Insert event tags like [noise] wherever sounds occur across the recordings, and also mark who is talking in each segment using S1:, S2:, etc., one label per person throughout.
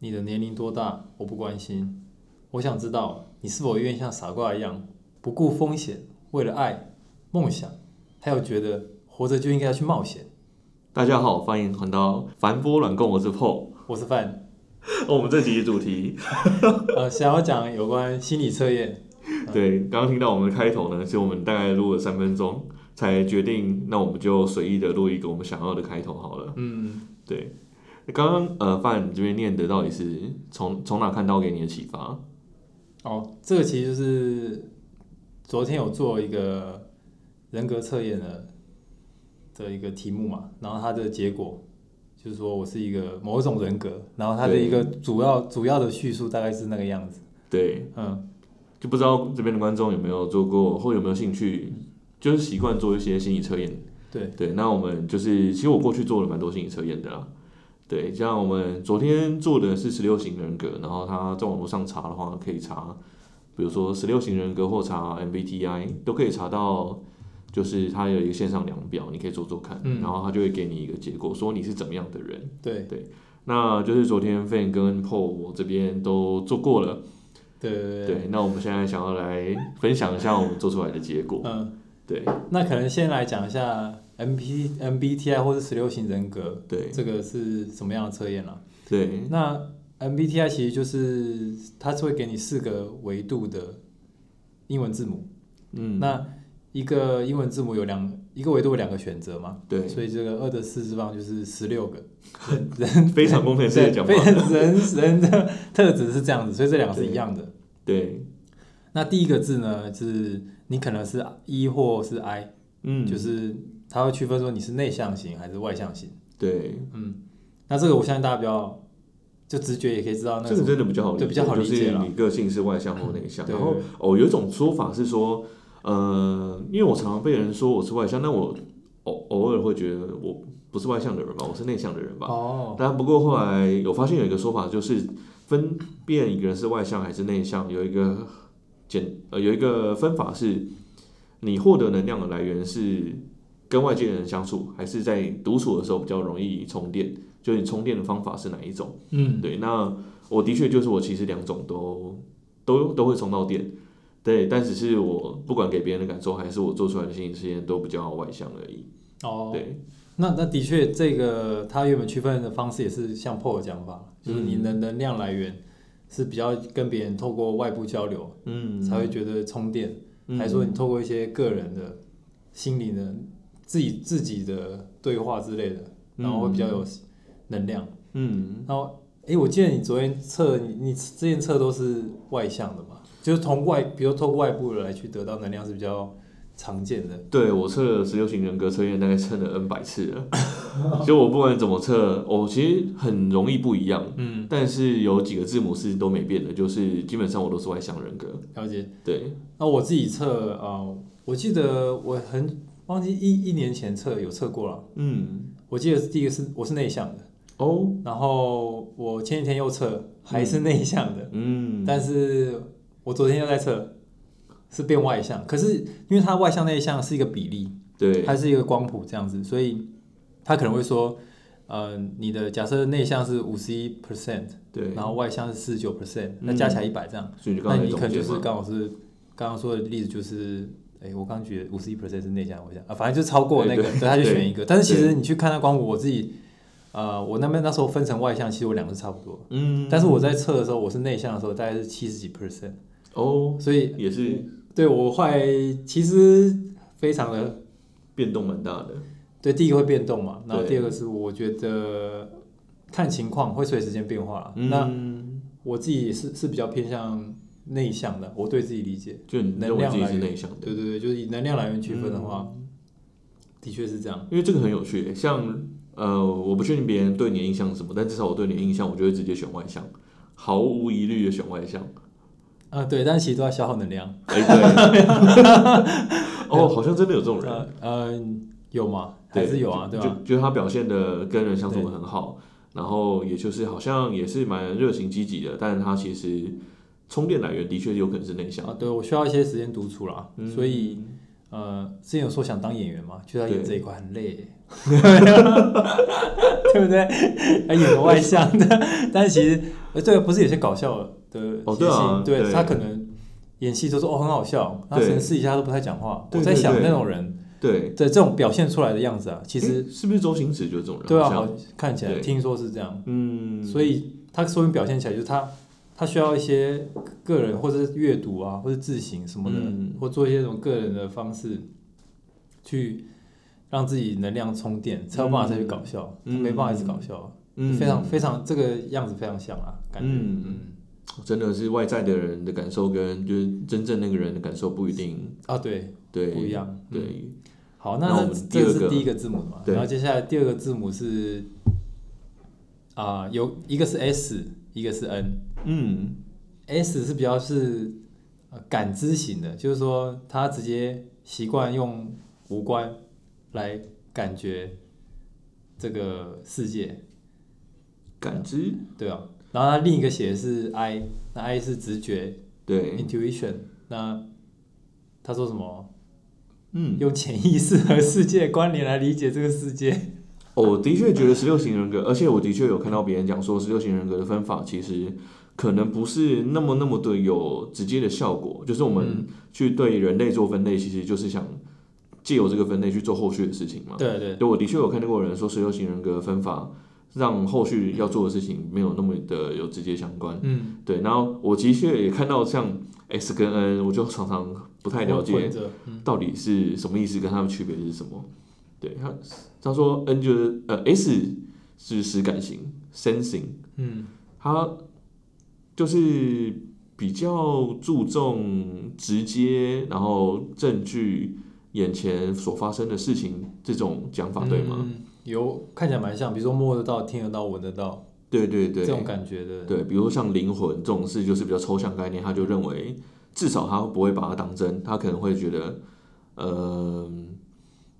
S1: 你的年龄多大，我不关心。我想知道你是否愿意像傻瓜一样，不顾风险，为了爱、梦想，还有觉得活着就应该去冒险。
S2: 大家好，欢迎回到凡波软共，我是
S1: [laughs]
S2: Paul。
S1: 我是范，
S2: 我们这集的主题，
S1: 呃，想要讲有关心理测验，
S2: 对，刚刚听到我们的开头呢，是我们大概录了三分钟，才决定，那我们就随意的录一个我们想要的开头好了。
S1: 嗯，
S2: 对，刚刚呃，范这边念的到底是从从哪看到给你的启发？
S1: 哦，这个其实就是昨天有做一个人格测验的的一个题目嘛，然后它的结果就是说我是一个某种人格，然后它的
S2: 对
S1: 一个主要主要的叙述大概是那个样子，
S2: 对，
S1: 嗯，
S2: 就不知道这边的观众有没有做过，或有没有兴趣，就是习惯做一些心理测验。
S1: 对，
S2: 对，那我们就是，其实我过去做了蛮多心理测验的啦。对，像我们昨天做的是十六型人格，然后他在网络上查的话，可以查，比如说十六型人格或查 MBTI 都可以查到，就是它有一个线上量表，你可以做做看，
S1: 嗯
S2: 然后它就会给你一个结果，说你是怎么样的人。
S1: 对，
S2: 那就是昨天 Fan 跟 Paul 我这边都做过了。
S1: 对对对，
S2: 对，那我们现在想要来分享一下我们做出来的结果。
S1: 嗯，
S2: 对
S1: 那可能先来讲一下 M P M B T I 或是十六型人格
S2: 对
S1: 这个是什么样的测验啦、
S2: 对
S1: 那 MBTI 其实就是它是会给你四个维度的英文字母，
S2: 嗯，
S1: 那一个英文字母有两一个维度有两个选择嘛， [laughs]
S2: 对，
S1: 所以这个二的四次方就是十六个
S2: 非常公平式的
S1: 对， [laughs]
S2: 讲
S1: 非
S2: 法。
S1: 人人人 [laughs] 的特质是这样子，所以这两个是一样的。
S2: 对，
S1: 那第一个字呢，是你可能是 E 或是 I，、
S2: 嗯，
S1: 就是它会区分说你是内向型还是外向型。
S2: 对，
S1: 嗯，那这个我相信大家比较就直觉也可以知道啊那
S2: 这
S1: 是
S2: 个真的比较好理解，
S1: 对比较好理解
S2: 就
S1: 啦
S2: 是你个性是外向或内向。
S1: 对
S2: 然后哦，有一种说法是说，呃，因为我常常被人说我是外向，但我偶偶尔会觉得我不是外向的人吧，我是内向的人吧。
S1: 哦，
S2: 但不过后来有发现有一个说法，就是分辨一个人是外向还是内向，有一个简呃有一个分法是，你获得能量的来源是跟外界人相处，还是在独处的时候比较容易充电？就是你充电的方法是哪一种？
S1: 嗯，
S2: 对，那我的确就是我其实两种都都都会充到电。对，但只是我不管给别人的感受，还是我做出来的心理实验，都比较外向而已。
S1: 哦，
S2: 对，
S1: 那那的确，这个它原本区分的方式也是像 PO 的讲法，就是你
S2: 嗯
S1: 的能量来源是比较跟别人透过外部交流、
S2: 嗯，
S1: 才会觉得充电，
S2: 嗯
S1: 还是说你透过一些个人的心理的自己自己的对话之类的，然后会比较有能量。
S2: 嗯，
S1: 然后，诶，我记得你昨天测你你之前测都是外向的嘛，就是从外，比如透过外部的来去得到能量是比较常见的。
S2: 对我测了十六型人格测验，大概测了 N 百次了。 [laughs] 其实我不管怎么测，我、其实很容易不一样，
S1: 嗯，
S2: 但是有几个字母是都没变的，就是基本上我都是外向人格。
S1: 了解。
S2: 对，
S1: 那我自己测，呃，我记得我很忘记一一年前测有测过了。
S2: 嗯，
S1: 我记得第一个是我是内向的，
S2: 哦，
S1: 然后我前几天又测还是内向的，
S2: 嗯，
S1: [laughs] 但是我昨天又在测，是变外向。可是因为它外向内向是一个比例，
S2: 对，
S1: 它是一个光谱这样子，所以它可能会说，呃，你的假设内向是五十一 percent，
S2: 对，
S1: 然后外向是四十九 percent，那加起来一百这样。
S2: 所以你就
S1: 那
S2: 刚才
S1: 你可
S2: 总
S1: 能
S2: 结
S1: 就是
S2: 嘛，
S1: 刚好是刚刚说的例子，就是哎、我刚觉得五十一 percent 是内向，我想啊，反正就超过那个，
S2: 对对
S1: 所以他就
S2: 对
S1: 选一个。但是其实你去看那光谱，我自己呃，我那边那时候分成外向，其实我两个是差不多。
S2: 嗯，
S1: 但是我在测的时候，我是内向的时候，大概是七十几 percent，
S2: 哦，
S1: 所以
S2: 也是
S1: 对我后来其实非常的
S2: 变动蛮大的。
S1: 对，第一个会变动嘛，然后
S2: 对
S1: 第二个是我觉得看情况会随时间变化啦。那
S2: 嗯，
S1: 我自己是是比较偏向内向的，我对自己理解。
S2: 就你认为自己是内向的，
S1: 对对对，就是以能量来源区分的话，
S2: 嗯
S1: 的确是这样。
S2: 因为这个很有趣耶，像呃，我不确定别人对你的印象是什么，但至少我对你的印象，我就会直接选外向，毫无疑虑的选外向。
S1: 啊，对，但其实都要消耗能量。
S2: 哎、
S1: [laughs]
S2: 对，哦，好像真的有这种人，
S1: 呃呃，有吗？
S2: 对
S1: 还是有啊，对吧？
S2: 就觉得他表现的跟人相处得很好，然后也就是好像也是蛮热情积极的，但是他其实充电来源的确有可能是内向。
S1: 啊，对我需要一些时间独处啦，
S2: 嗯
S1: 所以呃，之前有说想当演员嘛，就要演
S2: 对
S1: 这一块很累耶， [laughs] 对不对？还有个外向的， [laughs] 但其实呃，对，不是有些搞笑的
S2: 哦
S1: 谐
S2: 对啊
S1: 星对
S2: 对
S1: 他可能演戏都说哦很好笑，他
S2: 对
S1: 可能私底下都不太讲话。
S2: 对
S1: 我在
S2: 对
S1: 想
S2: 对
S1: 那种人，
S2: 对，
S1: 对这种表现出来的样子啊，其实
S2: 诶是不是周星驰就是这种人？
S1: 对啊，
S2: 好
S1: 好
S2: 像
S1: 看起来
S2: 对
S1: 听说是这样，
S2: 嗯，
S1: 所以他说明表现起来就是他他需要一些个人或者是阅读啊，或者自省什么的，
S2: 嗯
S1: 或做一些什么个人的方式去让自己能量充电，才有办法再去搞笑，
S2: 嗯
S1: 他没办法一直搞笑啊。
S2: 嗯
S1: 非常非常这个样子非常像啊，感觉
S2: 嗯
S1: 嗯
S2: 真的是外在的人的感受跟就是真正那个人的感受不一定
S1: 啊对，
S2: 对
S1: 不一样。嗯，
S2: 对，
S1: 好，那
S2: 那我
S1: 那
S2: 们第
S1: 这
S2: 二
S1: 是
S2: 个
S1: 第一个字母嘛，
S2: 对
S1: 然后接下来第二个字母是啊、有一个是 S，一个是 N。
S2: 嗯
S1: S 是比较是呃感知型的，就是说他直接习惯用五官来感觉这个世界，
S2: 感知
S1: 对啊。然后他另一个写的是 I，那 I 是直觉
S2: 对，
S1: intuition，那他说什么？
S2: 嗯，
S1: 用潜意识和世界关联来理解这个世
S2: [laughs]
S1: 界。
S2: 哦我的确觉得十六型人格，而且我的确有看到别人讲说十六型人格的分法其实可能不是那么那么的有直接的效果，就是我们去对人类做分类，其实就是想借由这个分类去做后续的事情嘛。
S1: 对对
S2: 对，我的确有看到过有人说十六型人格分法让后续要做的事情没有那么的有直接相关。
S1: 嗯，
S2: 对，然后我的确也看到像 S 跟 N，我就常常不太了
S1: 混
S2: 解
S1: 着。嗯
S2: 到底是什么意思，跟它们区别是什么。对他，他说 N 就是呃 S 是实感型 （sensing），
S1: 嗯
S2: 它就是比较注重直接，然后证据眼前所发生的事情这种讲法，对吗？
S1: 嗯有看起来蛮像，比如说摸得到、听得到、闻得到
S2: 嗯对对对，
S1: 这种感觉的。
S2: 对，比如说像灵魂这种事，就是比较抽象概念，他就认为至少他不会把它当真，他可能会觉得，呃，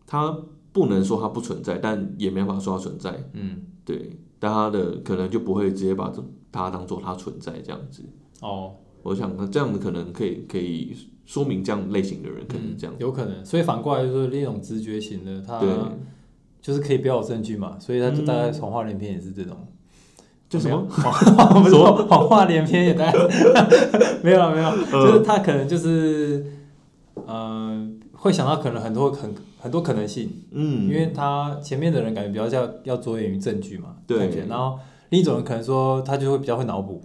S2: 他不能说它不存在，但也没办法说它存在，
S1: 嗯，
S2: 对，但他的可能就不会直接把它当做它存在这样子。
S1: 哦，
S2: 我想那这样子可能可以可以说明这样类型的人可能这样，
S1: 有可能。所以反过来就是那种直觉型的，他
S2: 对，
S1: 就是可以不要有证据嘛，所以他就
S2: 嗯
S1: 大概谎话连篇也是这种。
S2: 叫什
S1: 没有
S2: 么？
S1: 谎谎不是谎谎话连篇也大概 [laughs] 没有了没有了，
S2: 嗯
S1: 就是他可能就是呃会想到可能很多很很多可能性。
S2: 嗯，
S1: 因为他前面的人感觉比较像要着眼于证据嘛，
S2: 对
S1: 感觉，然后另一种人可能说他就会比较会脑补，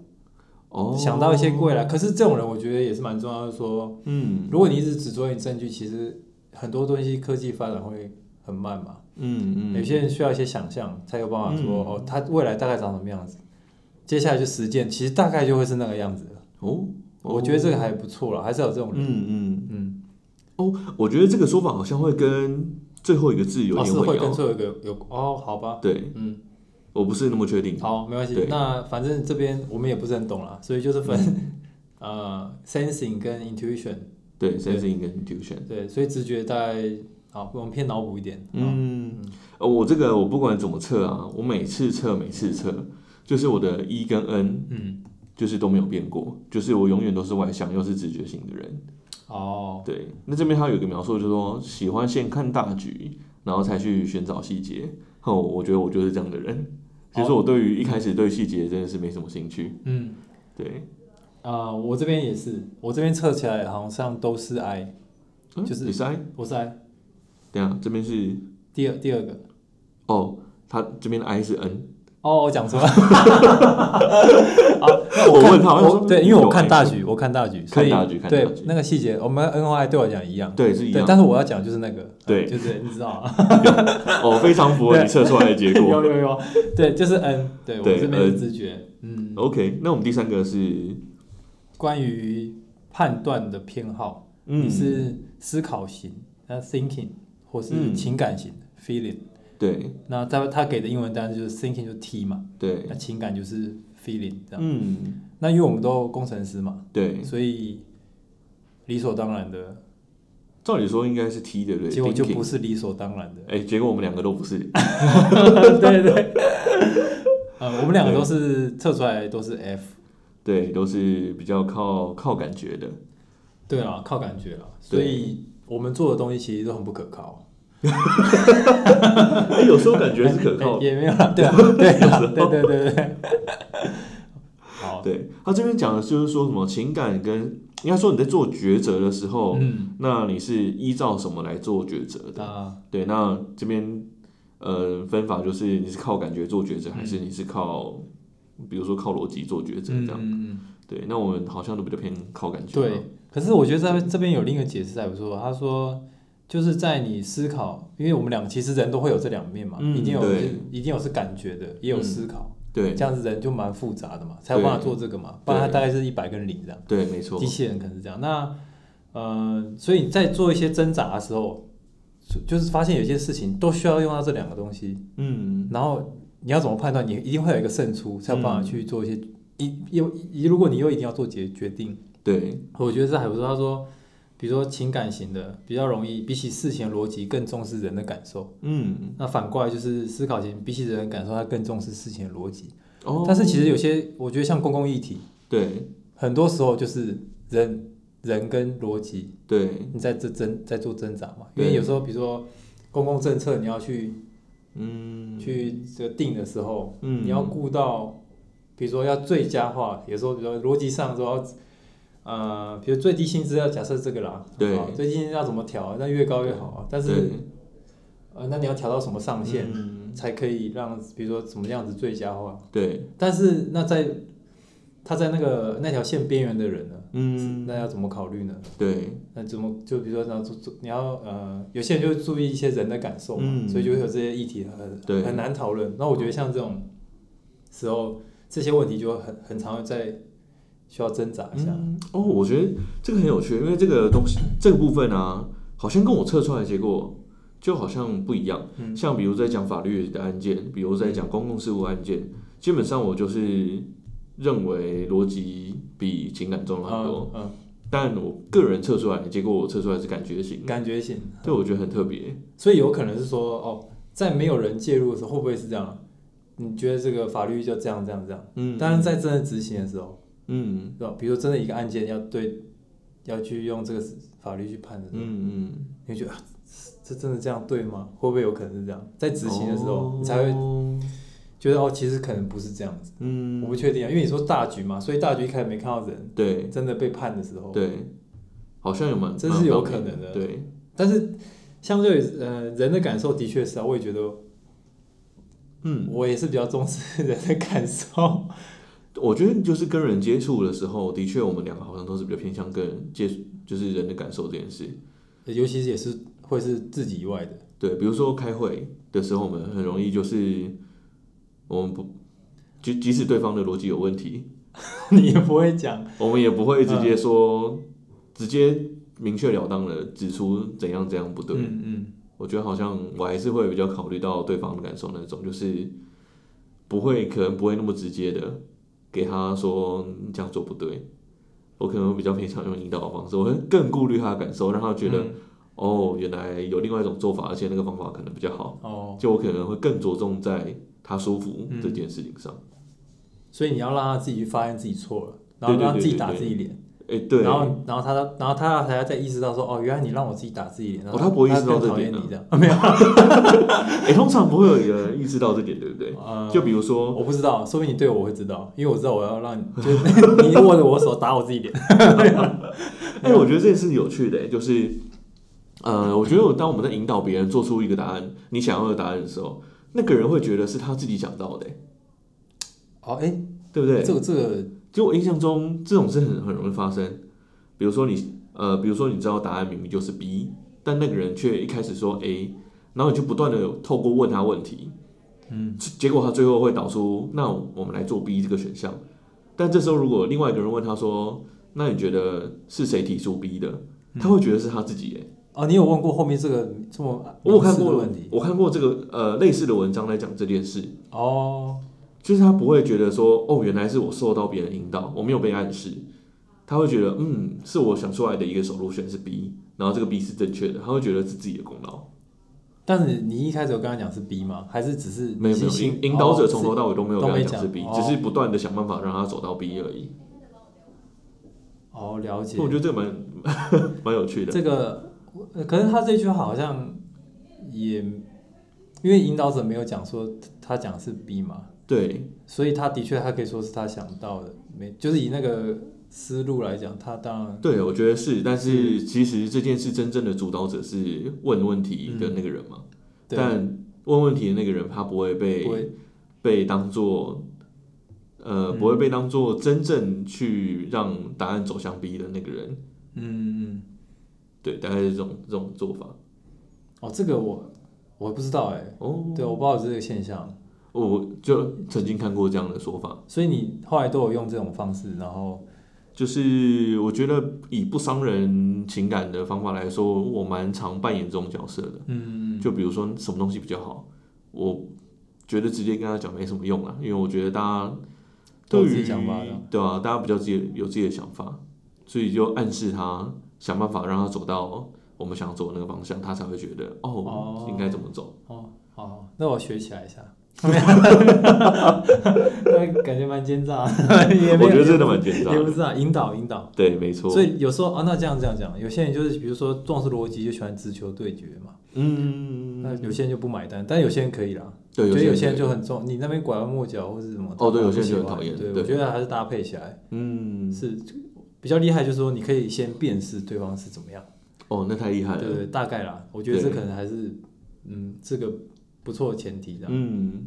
S2: 哦，
S1: 想到一些未来。可是这种人我觉得也是蛮重要的，就是说
S2: 嗯
S1: 如果你一直只着眼于证据，其实很多东西科技发展会很慢嘛。
S2: 嗯嗯，
S1: 有些人需要一些想象，才有办法说、
S2: 嗯
S1: 哦，他未来大概长什么样子，接下来就实践，其实大概就会是那个样子了。
S2: 哦，
S1: 我觉得这个还不错了，还是有这种人，
S2: 嗯嗯。
S1: 嗯，
S2: 我觉得这个说法好像会跟最后一个字有
S1: 老
S2: 点
S1: 师哦会
S2: 混
S1: 跟
S2: 淆。
S1: 最后一个有哦，好吧，
S2: 对，
S1: 嗯。
S2: 我不是那么确定。
S1: 好，没关系
S2: 对。
S1: 那反正这边我们也不是很懂啦，所以就是分、
S2: 嗯
S1: [laughs] 呃 sensing 跟 intuition，
S2: 对，sensing 跟 intuition。
S1: 对，所以直觉大概好，我们偏脑补一点。嗯，
S2: 嗯，呃，我这个我不管怎么测啊，我每次测每次测，就是我的 E 跟 N
S1: 嗯，
S2: 就是都没有变过，就是我永远都是外向又是直觉型的人。
S1: 哦，
S2: 对，那这边他有一个描述，就是说喜欢先看大局，然后才去寻找细节。哦，我觉得我就是这样的人。其
S1: 哦
S2: 实我对于一开始对细节真的是没什么兴趣。
S1: 嗯，
S2: 对，
S1: 啊、我这边也是，我这边测起来好像都是 I，
S2: 嗯
S1: 就是
S2: 你是 I，
S1: 我是 I，
S2: 对啊，这边是
S1: 第二第二个。
S2: 哦，他这边的 I 是 N，
S1: 哦，我讲错了。好， [laughs] 那
S2: [laughs] 我
S1: 看
S2: 问他
S1: [laughs]
S2: 我
S1: 我
S2: 说
S1: 对，因为我看
S2: 有
S1: 大局，我看大局，所以
S2: 看大局看大
S1: 对
S2: 局
S1: 那个细节，我们 N O I 对我来讲一样，
S2: 对，是一
S1: 对
S2: 样，，
S1: 但是我要讲就是那个，
S2: 对
S1: 就是你知道啊，
S2: 哦，非常符合你测出来的结
S1: [laughs] 有
S2: 果。
S1: 有有，对，就是 N，对我
S2: 对呃
S1: 这边是
S2: N
S1: 直觉，嗯，
S2: OK，那我们第三个是，
S1: 关于判断的偏好，
S2: 嗯，
S1: 你是思考型，那 thinking 或是
S2: 嗯
S1: 情感型、feeling，
S2: 对
S1: 那他他给的英文单词就是 thinking 就是 T 嘛，
S2: 对
S1: 那，情感就是 feeling 这样。
S2: 嗯，
S1: 那因为我们都工程师嘛，
S2: 对，
S1: 所以理所当然的，
S2: 照理说应该是 T 对不对？
S1: 结果就不
S2: Thinking
S1: 是理所当然
S2: [laughs]。
S1: 的
S2: 哎、结果我们两个都不是。
S1: 对对， [laughs] 呃，我们两个都是测出来都是 F，
S2: 对，都是比较靠靠感
S1: [laughs]
S2: 觉的。
S1: 对啊，靠感觉啦，所以我们做的东西其实都很不可靠。
S2: 哎，有时候感觉是可靠的。
S1: 也没有啦，对啊，对啊，对对对对。好，
S2: [laughs] 对他这边讲的就是说什么情感跟应该说你在做抉择的时候，
S1: 嗯，
S2: 那你是依照什么来做抉择的？
S1: 啊，
S2: 哦对，那这边呃分法就是你是靠感觉做抉择，还是你是靠比如说靠逻辑做抉择
S1: 嗯
S2: 这样？
S1: 嗯嗯，
S2: 对，那我们好像都比较偏靠感觉。
S1: 对，。可是我觉得在这边有另一个解释还不错，他说就是在你思考，因为我们两其实人都会有这两面嘛，
S2: 嗯
S1: 一定有
S2: 对嗯
S1: 一定有是感觉的，也有思考，
S2: 对
S1: 这样子人就蛮复杂的嘛，才有办法做这个嘛，不然他大概是一百跟零这样。
S2: 对，没错
S1: 机。器人可能是这样。那呃，所以你在做一些挣扎的时候，就就是发现有些事情都需要用到这两个东西，
S2: 嗯，
S1: 然后你要怎么判断？你一定会有一个胜出，才有办法去做一些、一又一，如果你又一定要做决决定，
S2: 对，
S1: 我觉得这还不错。他说，比如说情感型的比较容易，比起事情的逻辑更重视人的感受。
S2: 嗯，
S1: 那反过来就是思考型，比起人的感受，他更重视事情的逻辑。
S2: 哦，
S1: 但是其实有些，我觉得像公共议题，
S2: 对
S1: 很多时候就是人人跟逻辑
S2: 对，
S1: 你在这挣在做挣扎嘛，因
S2: 对
S1: 为有时候比如说公共政策你要去
S2: 嗯，
S1: 去这个定的时候，
S2: 嗯，
S1: 你要顾到，比如说要最佳化，有时候比如说逻辑上说要，呃，比如最低薪资要假设这个啦，
S2: 对
S1: 好最低薪资要怎么调，那越高越好啊，但
S2: 对
S1: 是呃，那你要调到什么上限、
S2: 嗯
S1: 才可以让，比如说怎么样子最佳化？
S2: 对，
S1: 但是那在他在那个那条线边缘的人呢，
S2: 嗯，
S1: 那要怎么考虑呢？
S2: 对，
S1: 那怎么就比如说你要注注你要呃，有些人就会注意一些人的感受嘛，
S2: 嗯
S1: 所以就会有这些议题很
S2: 对
S1: 很难讨论。那我觉得像这种时候，这些问题就很很常在需要挣扎一下。
S2: 嗯，哦，我觉得这个很有趣，因为这个东
S1: [coughs]
S2: 西这个部分啊，好像跟我测出来的结果就好像不一样。
S1: 嗯
S2: 像比如在讲法律的案件，比如在讲公共事务案件，基本上我就是认为逻辑比情感重要很多。
S1: 嗯嗯，
S2: 但我个人测出来的结果，我测出来是感觉型，
S1: 感觉性，
S2: 对我觉得很特别。
S1: 所以有可能是说哦，在没有人介入的时候，会不会是这样？你觉得这个法律就这样这样这样？
S2: 嗯，
S1: 但是在真的执行的时候，
S2: 嗯
S1: 对吧？比如说真的一个案件要对要去用这个法律去判的时候
S2: 嗯嗯，
S1: 你会觉得、啊、这这真的这样对吗？会不会有可能是这样？在执行的时候，
S2: 哦
S1: 你才会觉得哦，其实可能不是这样子。我
S2: 嗯，
S1: 不确定啊，因为你说大局嘛，所以大局一开始没看到人，
S2: 对
S1: 真的被判的时候，
S2: 对，好像有蛮，
S1: 这
S2: 蛮
S1: 是有
S2: 道理
S1: 可能的
S2: 对，
S1: 但是相对于呃人的感受的确是啊，我也觉得
S2: 嗯。
S1: 我也是比较重视人的感受。
S2: 我觉得就是跟人接触的时候，的确我们两个好像都是比较偏向跟人接触，就是人的感受这件事。
S1: 尤其是也是会是自己以外的， [laughs]
S2: 对，比如说开会的时候，我们很容易就是我们不，即即使对方的逻辑有问题，
S1: 你也不会讲，
S2: 我们也不会直接说、直接明确了当的指出怎样怎样不对。
S1: 嗯嗯，
S2: 我觉得好像我还是会比较考虑到对方的感受那种，就是不会可能不会那么直接的给他说你这样做不对，我可能会比较偏向用引导的方式，我会更顾虑他的感受，让他觉得、
S1: 嗯
S2: 哦原来有另外一种做法，而且那个方法可能比较好，
S1: 哦，
S2: 就我可能会更着重在他舒服
S1: 嗯
S2: 这件事情上。
S1: 所以你要让他自己去发现自己错了，然后让他自己打自己脸。
S2: 哎、对，
S1: 然后然后他然后他才再意识到说，哦，原来你让我自己打自己脸，然后
S2: 哦他不会意识到
S1: 更
S2: 这
S1: 讨
S2: 点
S1: 厌
S2: 啊
S1: 你这样，啊没有，
S2: 哎、通常不会有人意识到这点，对不对？
S1: 呃
S2: [laughs] 就比如说，
S1: 我不知道，说不定你对我会知道，因为我知道我要让你， [laughs] 就是你握着我手打我自己
S2: [laughs]
S1: 脸，
S2: 哎、我觉得这件事有趣的、就是，呃，我觉得当我们在引导别人做出一个答案，你想要的答案的时候，那个人会觉得是他自己想到的、
S1: 哦，哎，
S2: 对不对？
S1: 这个这个，
S2: 就我印象中，这种事很很容易发生。比如说你，呃，比如说你知道答案明明就是 B，但那个人却一开始说 A，然后你就不断的透过问他问题，
S1: 嗯，
S2: 结果他最后会导出，那我们来做 B 这个选项。但这时候如果另外一个人问他说，那你觉得是谁提出 B 的？他会觉得是他自己、欸，
S1: 哦，你有问过后面这个这么
S2: 我有看
S1: 明示
S2: 过
S1: 的问题
S2: 我看过这个呃类似的文章来讲这件事，
S1: 哦，
S2: 就是他不会觉得说哦，原来是我受到别人引导，我没有被暗示，他会觉得嗯，是我想出来的一个首路选是 B，然后这个 B 是正确的，他会觉得是自己的功劳，
S1: 但是你一开始有跟他讲是 B 吗？还是只是
S2: 没有没有
S1: 是
S2: 引
S1: 信
S2: 引导者
S1: 哦
S2: 从头到尾都没有
S1: 都
S2: 跟他
S1: 没
S2: 讲是
S1: 讲
S2: B，
S1: 哦
S2: 只是不断的想办法让他走到 B 而已。
S1: 是哦，了解
S2: [laughs] 我，觉得这个蛮蛮有趣的，
S1: 这个，呃可是他这句话好像也因为引导者没有讲说他讲是 B 嘛，
S2: 对，
S1: 所以他的确他可以说是他想到的，没就是以那个思路来讲，他当然
S2: 对，我觉得是，但
S1: 嗯
S2: 是其实这件事真正的主导者是问问题的那个人嘛，
S1: 嗯对
S2: 但问问题的那个人他不会被
S1: 不会
S2: 被当做，呃，不会被当做真正去让答案走向 B 的那个人，
S1: 嗯嗯
S2: 对，大概是这种这种做法。
S1: 哦，这个我我不知道哎、
S2: 哦，
S1: 对，我不知道有这个现象，
S2: 我就曾经看过这样的说法，
S1: 所以你后来都有用这种方式，然后
S2: 就是我觉得以不伤人情感的方法来说，我蛮常扮演这种角色的。
S1: 嗯嗯
S2: 就比如说什么东西比较好，我觉得直接跟他讲没什么用啊啦，因为我觉得大家
S1: 都
S2: 对
S1: 有
S2: 于
S1: 自己想法的
S2: 对啊，大家比较自己有自己的想法，所以就暗示他想办法让他走到我们想走的那个方向，他才会觉得哦，
S1: 哦
S2: 应该怎么走。
S1: 哦好好，那我学起来一
S2: [laughs]
S1: 下。那感觉蛮奸诈的，也没
S2: [laughs] 我
S1: 有
S2: 觉得真的蛮简单
S1: 也不
S2: 的，
S1: 是啊，引导引导。
S2: 对，没错。
S1: 所以有时候啊，那这样这样讲，有些人就是比如说壮士逻辑就喜欢直球对决嘛，
S2: 嗯，
S1: 那有些人就不买单，但有些人可以啦，
S2: 对，
S1: 觉得有些人
S2: 可以
S1: 就很重，你那边拐弯抹角或是什么，
S2: 哦对
S1: 他
S2: 有些人
S1: 不喜
S2: 就很
S1: 欢
S2: 讨厌
S1: 对，
S2: 对
S1: 我觉得还是搭配起来
S2: 嗯，
S1: 是比较厉害，就是说你可以先辨识对方是怎么样，
S2: 哦，那太厉害
S1: 对对
S2: 了，
S1: 对，大概啦，我觉得这
S2: 对
S1: 可能还是嗯这个不错的前提这样。
S2: 嗯，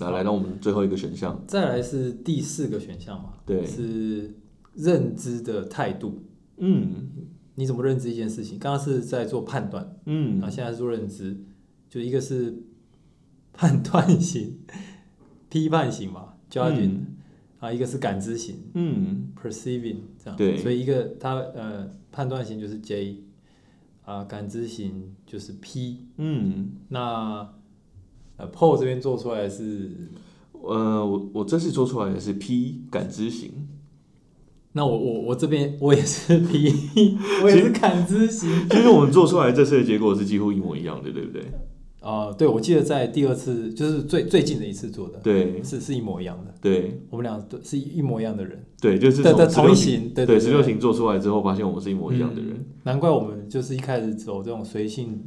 S2: 来来到我们最后一个选项，
S1: 再来是第四个选项嘛，
S2: 对
S1: 是认知的态度，
S2: 嗯
S1: 你怎么认知一件事情？刚刚是在做判断。
S2: 嗯
S1: 那，现在是做认知，就一个是判断型、 [laughs] 批判型嘛 （judging），
S2: 嗯
S1: 啊、一个是感知型
S2: 嗯
S1: （perceiving） 这样。
S2: 对
S1: 所以一个它呃判断型就是 J，啊、感知型就是 P。
S2: 嗯。
S1: 那呃 p o 这边做出来是，
S2: 呃，我我这次做出来的是 P 感知型，
S1: 那我我我这边我也是 [laughs] P，我也是感知型。
S2: 其实我们做出来这次的结果是几乎一模一样的，对不对？
S1: 啊、对，我记得在第二次就是最最近的一次做的，
S2: 对
S1: 是是一模一样的，
S2: 对
S1: 我们俩都是一模一样的人。
S2: 对，就是
S1: 对对，
S2: 从
S1: 同一
S2: 16型
S1: 型，对
S2: 对十
S1: 对
S2: 六型做出来之后，发现我们是一模一样的。
S1: 对
S2: 人，
S1: 嗯难怪我们就是一开始走这种随性，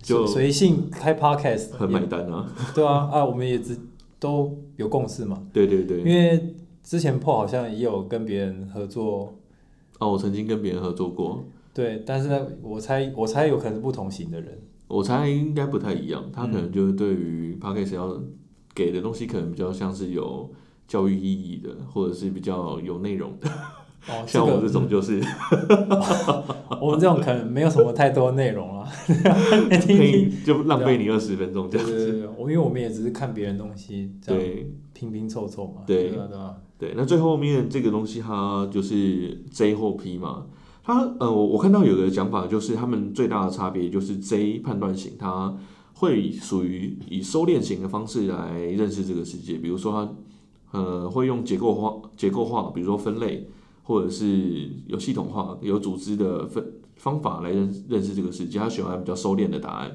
S2: 就
S1: 随性开 podcast，
S2: 很买单啊！
S1: 也 [laughs] 对啊啊，我们也只都有共识嘛。
S2: 对对
S1: 因
S2: 对，
S1: 为之前 PO 好像也有跟别人合作，
S2: 哦，我曾经跟别人合作过，
S1: 对，但是呢，我猜我猜有可能是不同型的人，
S2: 我猜应该不太一样，他可
S1: 嗯
S2: 能就是对于 p a c k a g e 要给的东西，可能比较像是有教育意义的，或者是比较有内容的，
S1: 哦，
S2: [laughs] 像
S1: 这
S2: 我
S1: 个
S2: 这种就是
S1: [laughs] 我们这种可能没有什么太多内容
S2: [laughs]
S1: 了，来听听。
S2: 拼就浪费你二十分钟
S1: 对
S2: 这样
S1: 对
S2: 子。
S1: 对对，我因为我们也只是看别人东西，这样
S2: 对，
S1: 拼拼凑凑嘛，
S2: 对
S1: 对啊对啊，
S2: 对，那最后面这个东西它就是 J 或 P 嘛，它呃，我我看到有个讲法，就是他们最大的差别就是 J 判断型，它会属于以收敛型的方式来认识这个世界，比如说它呃会用结构化、结构化，比如说分类，或者是有系统化、有组织的分方法来认认识这个世界，他喜欢比较收敛的答案。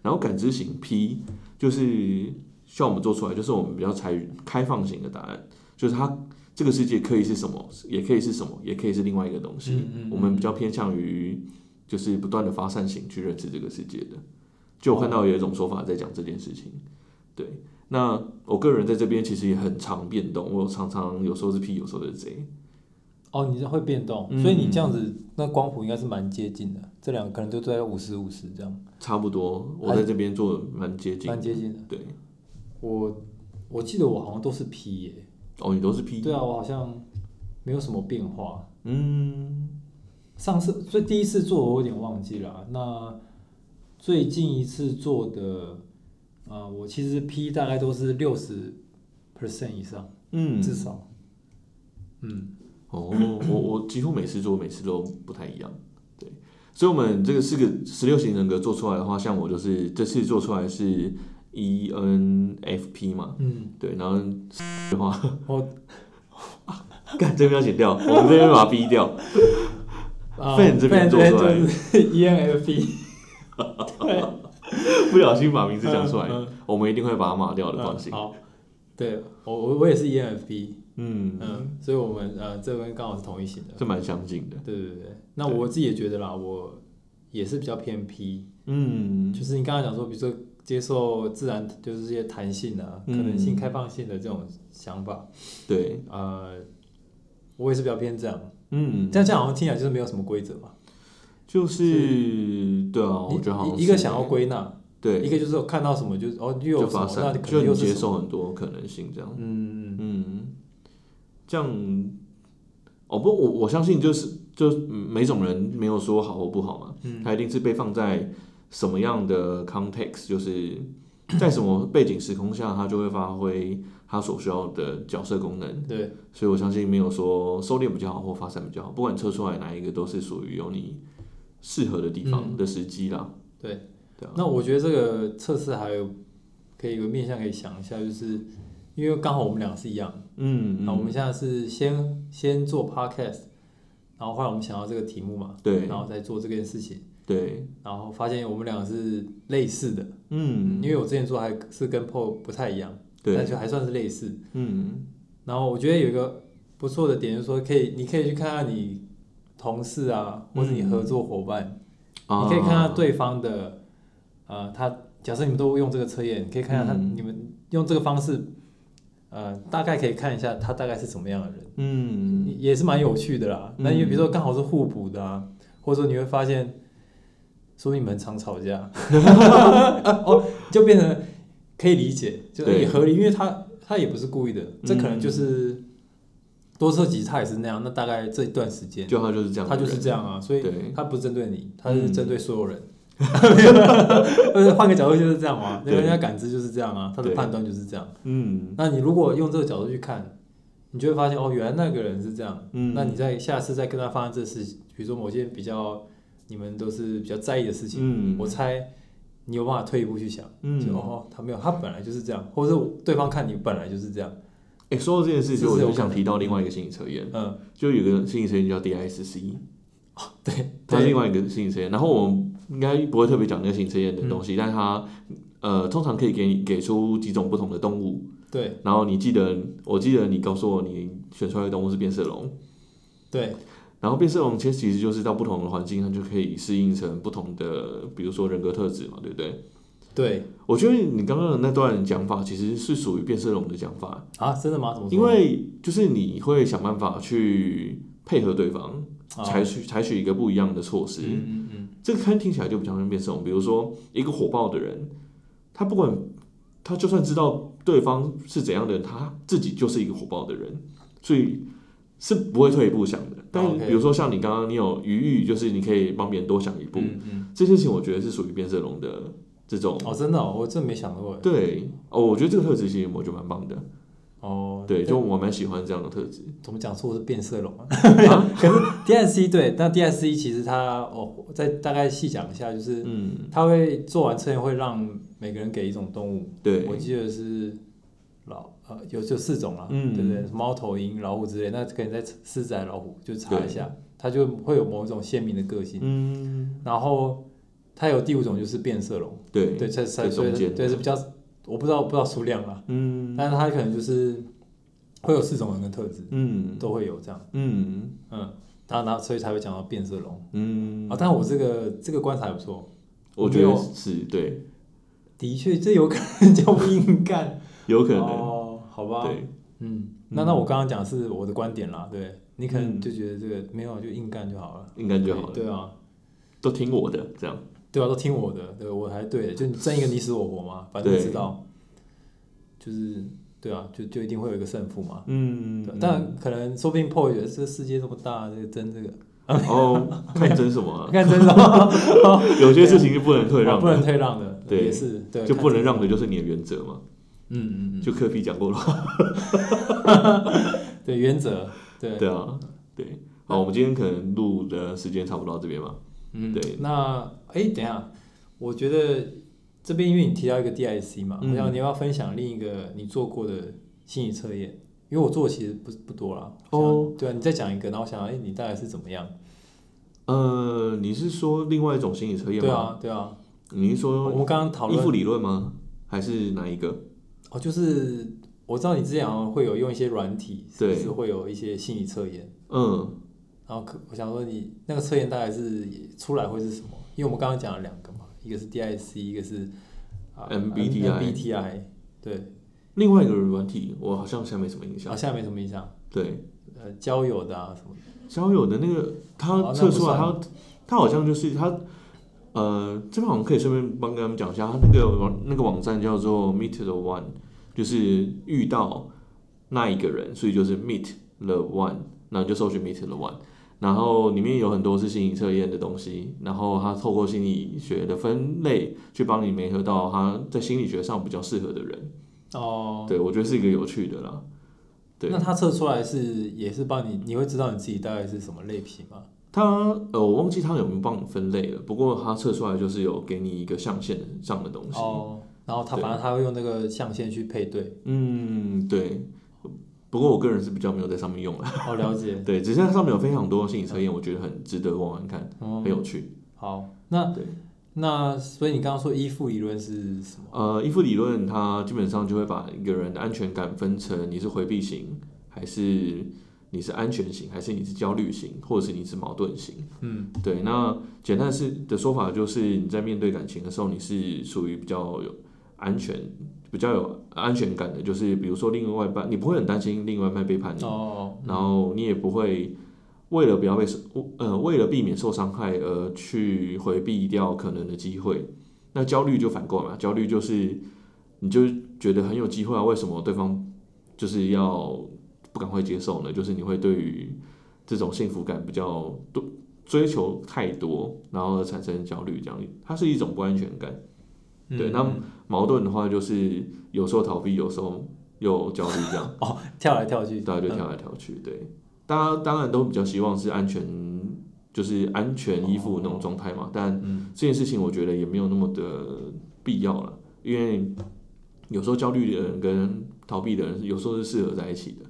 S2: 然后感知型 P 就是像我们做出来，就是我们比较采开放型的答案。就是它这个世界可以是什么，也可以是什么，也可以是另外一个东西。
S1: 嗯嗯嗯
S2: 我们比较偏向于就是不断的发散型去认识这个世界的。就我看到有一种说法在讲这件事情，对。那我个人在这边其实也很常变动，我常常有时候是 P，有时候是 J。
S1: 哦，你这会变动，
S2: 嗯
S1: 所以你这样子，那光谱应该是蛮接近的，这两个可能就在五十五十这样，
S2: 差不多，我在这边做得蛮接近
S1: 蛮，接近的。
S2: 对。
S1: 我我记得我好像都是 P E 耶、
S2: 哦，你都是 P，
S1: 对啊，我好像没有什么变化。
S2: 嗯，
S1: 上次所以第一次做我有点忘记了啊、那最近一次做的，呃，我其实 P 大概都是六十 percent 以上，
S2: 嗯
S1: 至少，嗯，
S2: 哦，我我几乎每次做每次都不太一样，对，所以我们这个四个十六型人格做出来的话，像我就是这次做出来是 E N F P 嘛，
S1: 嗯，
S2: 对，然后
S1: 我
S2: [laughs] 干这边要剪掉，我们这边把它逼掉，
S1: 啊
S2: Fan 这边
S1: Fan
S2: 做出来
S1: 就是 E
S2: [laughs]
S1: ENFP，对，
S2: 不小心把名字讲出来
S1: 嗯，
S2: 我们一定会把它抹掉的，
S1: 嗯
S2: 放心。
S1: 好，对我我我也是 E ENFP，
S2: 嗯，
S1: 嗯，所以我们呃这边刚好是同一型的。
S2: 这蛮相近的，
S1: 对对对，那我自己也觉得啦，我也是比较偏 P，
S2: 嗯，
S1: 就是你刚刚讲说，比如说接受自然，就是一些弹性啊、可
S2: 嗯
S1: 能性、开放性的这种想法，
S2: 对，
S1: 呃，我也是比较偏这样。
S2: 嗯，
S1: 但这样好像听起来就是没有什么规则嘛。
S2: 就是对啊，
S1: 你
S2: 我觉得好像
S1: 一一
S2: 是
S1: 个想要
S2: 欸
S1: 归纳，
S2: 对，
S1: 一个就是看到什么就是哦又
S2: 就
S1: 有什
S2: 发
S1: 么，那
S2: 散，
S1: 可
S2: 就
S1: 能
S2: 你
S1: 又是
S2: 接
S1: 什么
S2: 受很多可能性这样。
S1: 嗯，
S2: 嗯，这样，哦不，我我相信就是就嗯每种人没有说好或不好嘛，他一定是被放在什么样的 context，就是在什么背景时空下，他就会发挥他所需要的角色功能。
S1: 对，
S2: 所以我相信没有说收敛比较好或发散比较好，不管测出来哪一个，都是属于有你适合的地方
S1: 嗯
S2: 的时机啦。
S1: 对，
S2: 对啊，
S1: 那我觉得这个测试还有可以有个面向可以想一下，就是因为刚好我们俩是一样，
S2: 嗯，
S1: 那、我们
S2: 嗯
S1: 现在是先先做 podcast，然后后来我们想到这个题目嘛，
S2: 对
S1: 然后再做这件事情，
S2: 对，
S1: 然后发现我们俩是类似的，
S2: 嗯，
S1: 因为我之前做还是跟 Paul 不太一样，但
S2: 对，
S1: 就还算是类似。
S2: 嗯
S1: 然后我觉得有一个不错的点就是说，可以你可以去看看你同事啊，或者你合作伙伴，
S2: 啊，
S1: 你可以看看对方的，呃，他假设你们都用这个测验，你可以看看他、
S2: 嗯
S1: 你们用这个方式，呃，大概可以看一下他大概是什么样的人，
S2: 嗯，
S1: 也是蛮有趣的啦。那因为比如说刚好是互补的啊，或者说你会发现，说明你们很常吵
S2: [laughs]
S1: 架，哦，就变成可以理解，就
S2: 对
S1: 也合理，因为他他也不是故意的，这可能
S2: 嗯
S1: 就是多测几次他也是那样，那大概这一段时间
S2: 就他就是这样的
S1: 他
S2: 人，
S1: 就是这样啊，所以
S2: 对
S1: 他不是针对你，他是
S2: 嗯
S1: 针对所有人。 [laughs] 不是换个角度就是这样嘛，
S2: 对
S1: 人家感知就是这样啊，他的
S2: 对
S1: 判断就是这样。
S2: 嗯
S1: 那你如果用这个角度去看，你就会发现哦，原来那个人是这样。
S2: 嗯，
S1: 那你在下次再跟他发生这事，比如说某些比较你们都是比较在意的事情，
S2: 嗯，
S1: 我猜你有办法退一步去想，就
S2: 嗯，
S1: 哦，他没有，他本来就是这样，或者是对方看你本来就是这样，
S2: 哎，说到这件
S1: 是
S2: 事情，我
S1: 是有
S2: 就
S1: 可
S2: 想
S1: 能
S2: 提到另外一个心理测验，
S1: 嗯，
S2: 就有个心理测验叫 DISC，
S1: 对，
S2: 它是
S1: 对
S2: 另，外一个心理测验。然后我们应该不会特别讲那个心理测验的东
S1: 嗯
S2: 西，但它呃通常可以给你给出几种不同的动物，
S1: 对
S2: 然后你记得，我记得你告诉我你选出来的动物是变色龙，
S1: 对，
S2: 然后变色龙其实其实就是到不同的环境，它就可以适应成不同的，比如说人格特质嘛，对不对？
S1: 对
S2: 我觉得你刚刚的那段讲法其实是属于变色龙的讲法，
S1: 啊，真的吗？怎么说？
S2: 因为就是你会想办法去配合对方，
S1: 啊
S2: 采取采取一个不一样的措施。
S1: 嗯嗯嗯，
S2: 这个看听起来就比较像变色龙，比如说一个火爆的人，他不管他就算知道对方是怎样的人，他自己就是一个火爆的人，所以是不会退一步想的。但是
S1: 哦 OK
S2: 比如说像你刚刚，你有余裕，就是你可以帮别人多想一步，
S1: 嗯嗯，
S2: 这件事情我觉得是属于变色龙的这种。
S1: 哦，真的、哦，我真没想过耶，
S2: 对哦，我觉得这个特质其实我觉得蛮棒的，
S1: 哦，
S2: 对，就我蛮喜欢这样的特质。
S1: 怎么讲说我是变色龙
S2: [laughs]
S1: 啊？可是 DSC 对，那 DSC 其实它哦，再大概细讲一下，就是
S2: 嗯，
S1: 它会做完测验会让每个人给一种动物，
S2: 对，
S1: 我记得是老呃有就四种啦，
S2: 嗯
S1: 对不对？猫头鹰、老虎之类，那可以在狮子还是老虎就查一下，它就会有某一种鲜明的个性。
S2: 嗯，
S1: 然后它有第五种就是变色龙，
S2: 对，
S1: 对，才才
S2: 在中
S1: 所以
S2: 间
S1: 对是比较我不知道不知道数量啦，
S2: 嗯
S1: 但是它可能就是会有四种人的特质
S2: 嗯
S1: 都会有这样，
S2: 嗯
S1: 嗯，然后然后所以才会讲到变色龙
S2: 嗯
S1: 啊。，但我这个这个观察还不错，
S2: 我觉得
S1: 没有
S2: 是对。
S1: 的确这有可能叫不硬干，
S2: 有可能，
S1: 哦，好吧，
S2: 对，
S1: 嗯，那那我刚刚讲的是我的观点啦，对你可能就觉得这个没有就硬干就好了，
S2: 应嗯该就好了，
S1: 对啊，
S2: 都听我的这样。
S1: 对啊，都听我的，对我还对的，就你争一个你死我活嘛，反正
S2: 对
S1: 知道，就是对啊，就就一定会有一个胜负嘛。
S2: 嗯
S1: 对但可能说不定 Paul 觉得这世界这么大，这个争这个，
S2: 哦，看真什么啊、
S1: 看真的
S2: [laughs]
S1: 吗啊
S2: 有些事情 [laughs] 就不能退让
S1: 不能
S2: 的，
S1: 退让的，
S2: 对
S1: 也是对，
S2: 就不能让
S1: 看
S2: 的就是你的原则嘛。
S1: 真的，嗯嗯
S2: 就科比讲过了，
S1: 嗯，对原则，对，
S2: 对啊，对。好，我们今天可能录的时间差不多到这边嘛。
S1: 嗯
S2: 对
S1: 那哎，等一下，我觉得这边因为你提到一个 DIC 嘛，
S2: 嗯
S1: 我想你要不要分享另一个你做过的心理测验，因为我做的其实不不多啦。
S2: 哦
S1: 想，对啊，你再讲一个，然后我想哎，你大概是怎么样？
S2: 呃，你是说另外一种心理测验
S1: 对
S2: 吗？
S1: 啊，对啊，
S2: 你是
S1: 我
S2: 说
S1: 们刚刚讨
S2: 依附
S1: 论
S2: 理论吗？还是哪一个？
S1: 哦，就是我知道你之前好像会有用一些软体，是不
S2: 对
S1: 是会有一些心理测验？
S2: 嗯，
S1: 然后可我想说你那个测验大概是出来会是什么？因为我们刚刚讲了两个嘛，一一个是 DIC，一个是啊
S2: MBTI
S1: MBTI，对，
S2: 另外一个软体，我好像现在没什么印
S1: 好
S2: 象。
S1: 像没什么影响。
S2: 对，
S1: 呃，交友的啊什么的，
S2: 交友的那个，
S1: 哦
S2: 它
S1: 那
S2: 测
S1: 不
S2: 出来，
S1: 算
S2: 它它好像就是它，呃，这边好像可以顺便帮跟他们讲一下，它那个网那个网站叫做 Meet the One，就是遇到那一个人，所以就是 Meet the One，那你就搜寻 Meet the One。然后里面有很多是心理测验的东西，然后它透过心理学的分类去帮你媒合到他在心理学上比较适合的人。
S1: 哦，
S2: 对我觉得是一个有趣的啦。对，
S1: 那它测出来是也是帮你，你会知道你自己大概是什么类型吗？
S2: 它呃，我忘记它有没有帮你分类了，不过它测出来就是有给你一个象限上的东西。
S1: 哦，然后它
S2: 对
S1: 反正它会用那个象限去配
S2: [laughs]
S1: 对，
S2: 嗯，对。不过我个人是比较没有在上面用了，
S1: 哦，了解，
S2: [laughs] 对，只是它上面有非常多心理测验，我觉得很值得玩玩看，
S1: 嗯
S2: 很，有趣。
S1: 好，那
S2: 对
S1: 那所以你刚刚说依附理论是什么？
S2: 呃，依附理论它基本上就会把一个人的安全感分成你是回避型，还是你是安全型，还是你是焦虑型，或者是你是矛盾型。
S1: 嗯，
S2: 对，那简单是的说法就是，你在面对感情的时候，你是属于比较有安全、比较有安全感的，就是比如说另外一半，你不会很担心另外一半背叛你，
S1: 哦，
S2: 然后你也不会为了不要被受，呃，为了避免受伤害而去回避掉可能的机会。那焦虑就反过来嘛，焦虑就是你就觉得很有机会啊，为什么对方就是要不赶快接受呢？就是你会对于这种幸福感比较多追求太多，然后产生焦虑，这样它是一种不安全感。
S1: 嗯
S2: 对那矛盾的话就是有时候逃避，有时候又焦虑这样。
S1: 哦，跳来跳去，
S2: 大家就
S1: 嗯
S2: 跳来跳去，啊对，大家当然都比较希望是安全，就是安全依附那种状态嘛。但
S1: 嗯
S2: 这件事情我觉得也没有那么的必要了，因为有时候焦虑的人跟逃避的人有时候是适合在一起的。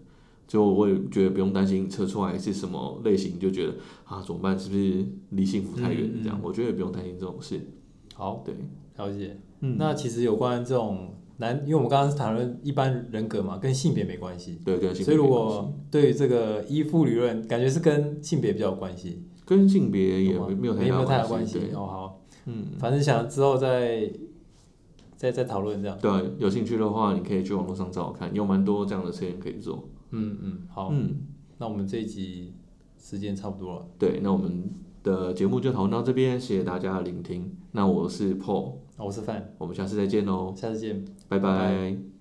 S2: 就我也觉得不用担心你测出来是什么类型，就觉得啊怎么办，是不是离幸福太远
S1: 嗯？嗯
S2: 这样，我觉得也不用担心这种事。
S1: 好，
S2: 对，
S1: 了解。
S2: 嗯
S1: 那其实有关这种男，因为我们刚刚是谈论一般人格嘛，跟性别没关系。
S2: 对，跟性
S1: 所
S2: 别
S1: 以，如
S2: 没关系
S1: 果对于这个依附理论，感觉是跟性别比较有关系，
S2: 跟性别也
S1: 懂吗
S2: 没有
S1: 没
S2: 太大
S1: 有太大
S2: 关系，
S1: 系
S2: 对，
S1: 哦。好，
S2: 嗯。
S1: 反正想之后再再再讨论这样。
S2: 对啊，有兴趣的话，你可以去网络上找找看，有蛮多这样的测验可以做。
S1: 嗯嗯，好，
S2: 嗯，
S1: 那我们这一集时间差不多了。
S2: 对，那我们的节目就讨论到这边，谢谢大家的聆听。那我是 Paul，
S1: 那我是范，
S2: 我们下次再见喽，哦
S1: 下次见。
S2: 拜
S1: 哎拜
S2: 拜